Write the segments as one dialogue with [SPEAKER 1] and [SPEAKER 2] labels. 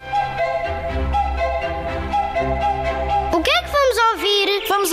[SPEAKER 1] é
[SPEAKER 2] Vamos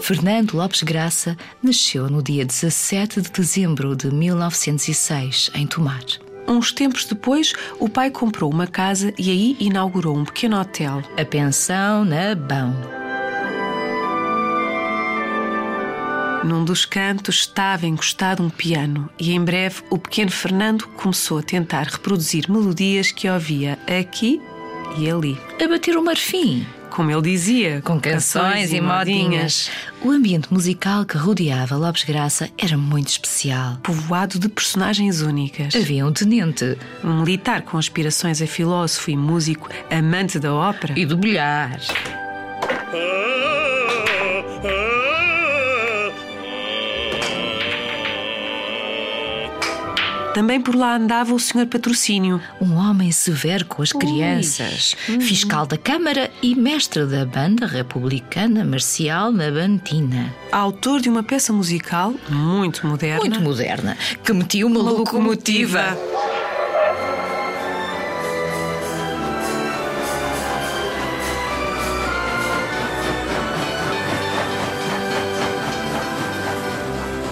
[SPEAKER 3] Fernando Lopes Graça nasceu no dia 17 de dezembro de 1906, em Tomar.
[SPEAKER 4] Uns tempos depois, o pai comprou uma casa e aí inaugurou um pequeno hotel.
[SPEAKER 3] A pensão na Bão.
[SPEAKER 4] Num dos cantos estava encostado um piano e em breve o pequeno Fernando começou a tentar reproduzir melodias que ouvia aqui e ali.
[SPEAKER 3] A bater o marfim.
[SPEAKER 4] Como ele dizia,
[SPEAKER 3] Com canções e modinhas. O ambiente musical que rodeava Lopes Graça era muito especial.
[SPEAKER 4] Povoado de personagens únicas.
[SPEAKER 3] Havia um tenente
[SPEAKER 4] Um militar com aspirações a filósofo e músico, amante da ópera.
[SPEAKER 3] e do bilhar.
[SPEAKER 4] Também por lá andava o senhor Patrocínio.
[SPEAKER 3] Um homem severo com as crianças, fiscal da Câmara e mestre da banda republicana marcial na Bantina.
[SPEAKER 4] autor de uma peça musical muito moderna.
[SPEAKER 3] Muito moderna, que metia uma,
[SPEAKER 4] Uma
[SPEAKER 3] locomotiva.
[SPEAKER 4] Uhum. locomotiva.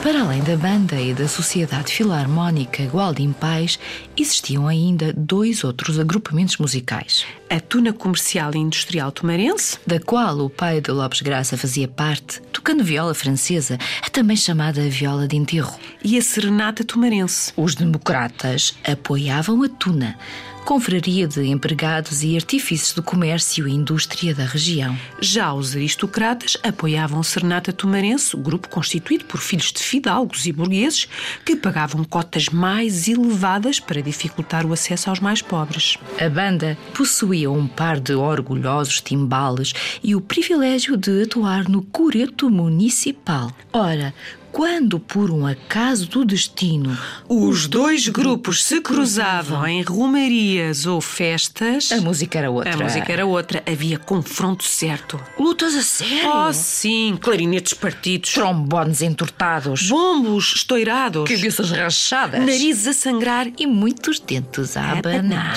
[SPEAKER 3] Para além da banda e da Sociedade Filarmónica Gualdim Pais, existiam ainda dois outros agrupamentos musicais,
[SPEAKER 4] A Tuna Comercial e Industrial Tomarense,
[SPEAKER 3] da qual o pai de Lopes Graça fazia parte, tocando viola francesa, a também chamada viola de enterro.
[SPEAKER 4] e a Serenata Tomarense.
[SPEAKER 3] Os democratas apoiavam a Tuna, confraria de empregados e artífices do comércio e indústria da região.
[SPEAKER 4] Já os aristocratas apoiavam a Serenata Tomarense, grupo constituído por filhos de fidalgos e burgueses que pagavam cotas mais elevadas para dificultar o acesso aos mais pobres.
[SPEAKER 3] A banda possuía um par de orgulhosos timbales e o privilégio de atuar no coreto municipal. Ora, quando por um acaso do destino
[SPEAKER 4] Os dois grupos se cruzavam em romarias ou festas.
[SPEAKER 3] a música era outra,
[SPEAKER 4] A música era outra, havia confronto certo.
[SPEAKER 3] lutas a sério,
[SPEAKER 4] Oh, sim, clarinetes partidos,
[SPEAKER 3] trombones entortados,
[SPEAKER 4] bombos estourados,
[SPEAKER 3] cabeças rachadas,
[SPEAKER 4] narizes a sangrar.
[SPEAKER 3] e muitos dentes a abanar.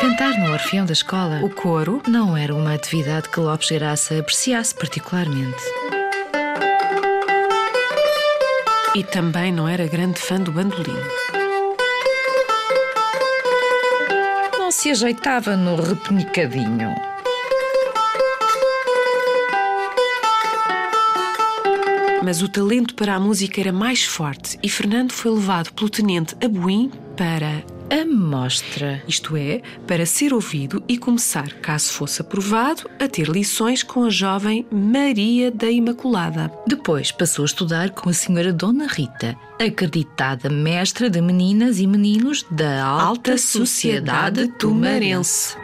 [SPEAKER 3] Cantar no Orfeão da Escola
[SPEAKER 4] O coro,
[SPEAKER 3] não era uma atividade que Lopes Graça apreciasse particularmente.
[SPEAKER 4] e também não era grande fã do bandolim.
[SPEAKER 3] Não se ajeitava no repenicadinho.
[SPEAKER 4] Mas o talento para a música era mais forte e Fernando foi levado pelo tenente Abuim para,
[SPEAKER 3] A mostra.
[SPEAKER 4] isto é, para ser ouvido e começar, caso fosse aprovado, a ter lições com a jovem Maria da Imaculada.
[SPEAKER 3] Depois passou a estudar com a senhora Dona Rita, acreditada mestra de meninas e meninos da alta,
[SPEAKER 4] Alta Sociedade Tumarense.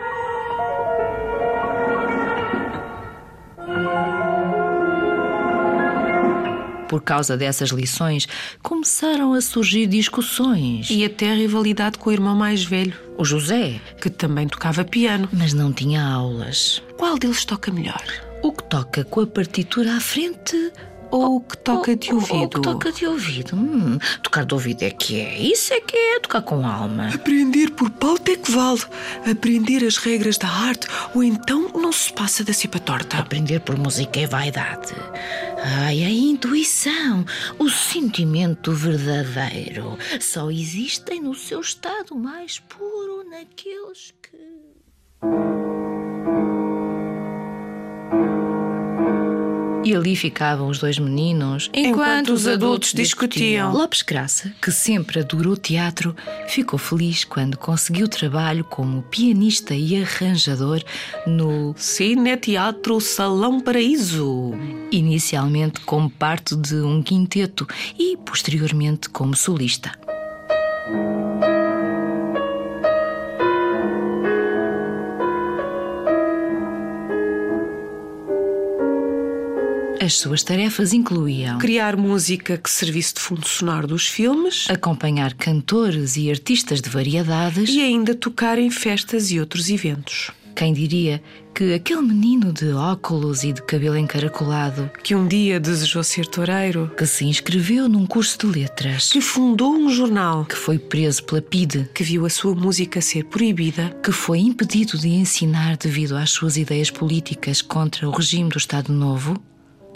[SPEAKER 3] Por causa dessas lições, começaram a surgir discussões. E
[SPEAKER 4] E até rivalidade com o irmão mais velho,
[SPEAKER 3] o José,
[SPEAKER 4] que também tocava piano.
[SPEAKER 3] mas não tinha aulas.
[SPEAKER 4] Qual deles toca melhor?
[SPEAKER 3] O que toca com a partitura à frente
[SPEAKER 4] Ou o que toca de
[SPEAKER 3] ou-
[SPEAKER 4] ouvido?
[SPEAKER 3] ou que toca de ouvido. Hum, tocar de ouvido é que é. Isso é que é tocar com alma.
[SPEAKER 4] Aprender por Paulo Tecvaldo, aprender as regras da arte, ou então não se passa da cepa torta.
[SPEAKER 3] Aprender por música é vaidade. Ai, a intuição, o sentimento verdadeiro, só existem no seu estado mais puro naqueles que. E E ali ficavam os dois meninos enquanto, os adultos discutiam. Lopes Graça, que sempre adorou teatro, ficou feliz quando conseguiu trabalho como pianista e arranjador no
[SPEAKER 4] Cine Teatro Salão Paraíso.
[SPEAKER 3] inicialmente como parte de um quinteto e posteriormente como solista. As suas tarefas incluíam
[SPEAKER 4] Criar música que servisse de fundo sonoro dos filmes
[SPEAKER 3] acompanhar cantores e artistas de variedades.
[SPEAKER 4] e ainda tocar em festas e outros eventos.
[SPEAKER 3] Quem diria que aquele menino de óculos e de cabelo encaracolado
[SPEAKER 4] Que um dia desejou ser toureiro,
[SPEAKER 3] que se inscreveu num curso de letras,
[SPEAKER 4] que fundou um jornal,
[SPEAKER 3] que foi preso pela PIDE,
[SPEAKER 4] que viu a sua música ser proibida,
[SPEAKER 3] que foi impedido de ensinar devido às suas ideias políticas contra o regime do Estado Novo,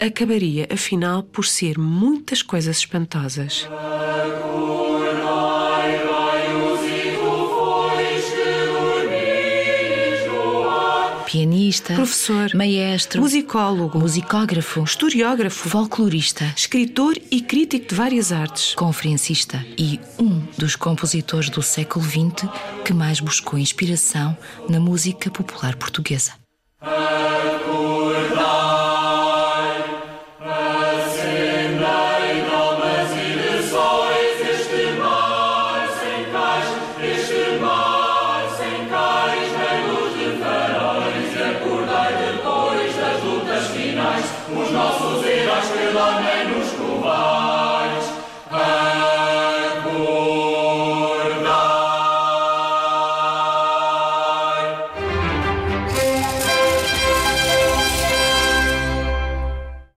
[SPEAKER 4] acabaria afinal por ser muitas coisas espantosas.
[SPEAKER 3] pianista,
[SPEAKER 4] Professor,
[SPEAKER 3] maestro,
[SPEAKER 4] musicólogo,
[SPEAKER 3] musicógrafo,
[SPEAKER 4] historiógrafo,
[SPEAKER 3] folclorista,
[SPEAKER 4] escritor e crítico de várias artes.
[SPEAKER 3] conferencista e um dos compositores do século XX que mais buscou inspiração na música popular portuguesa.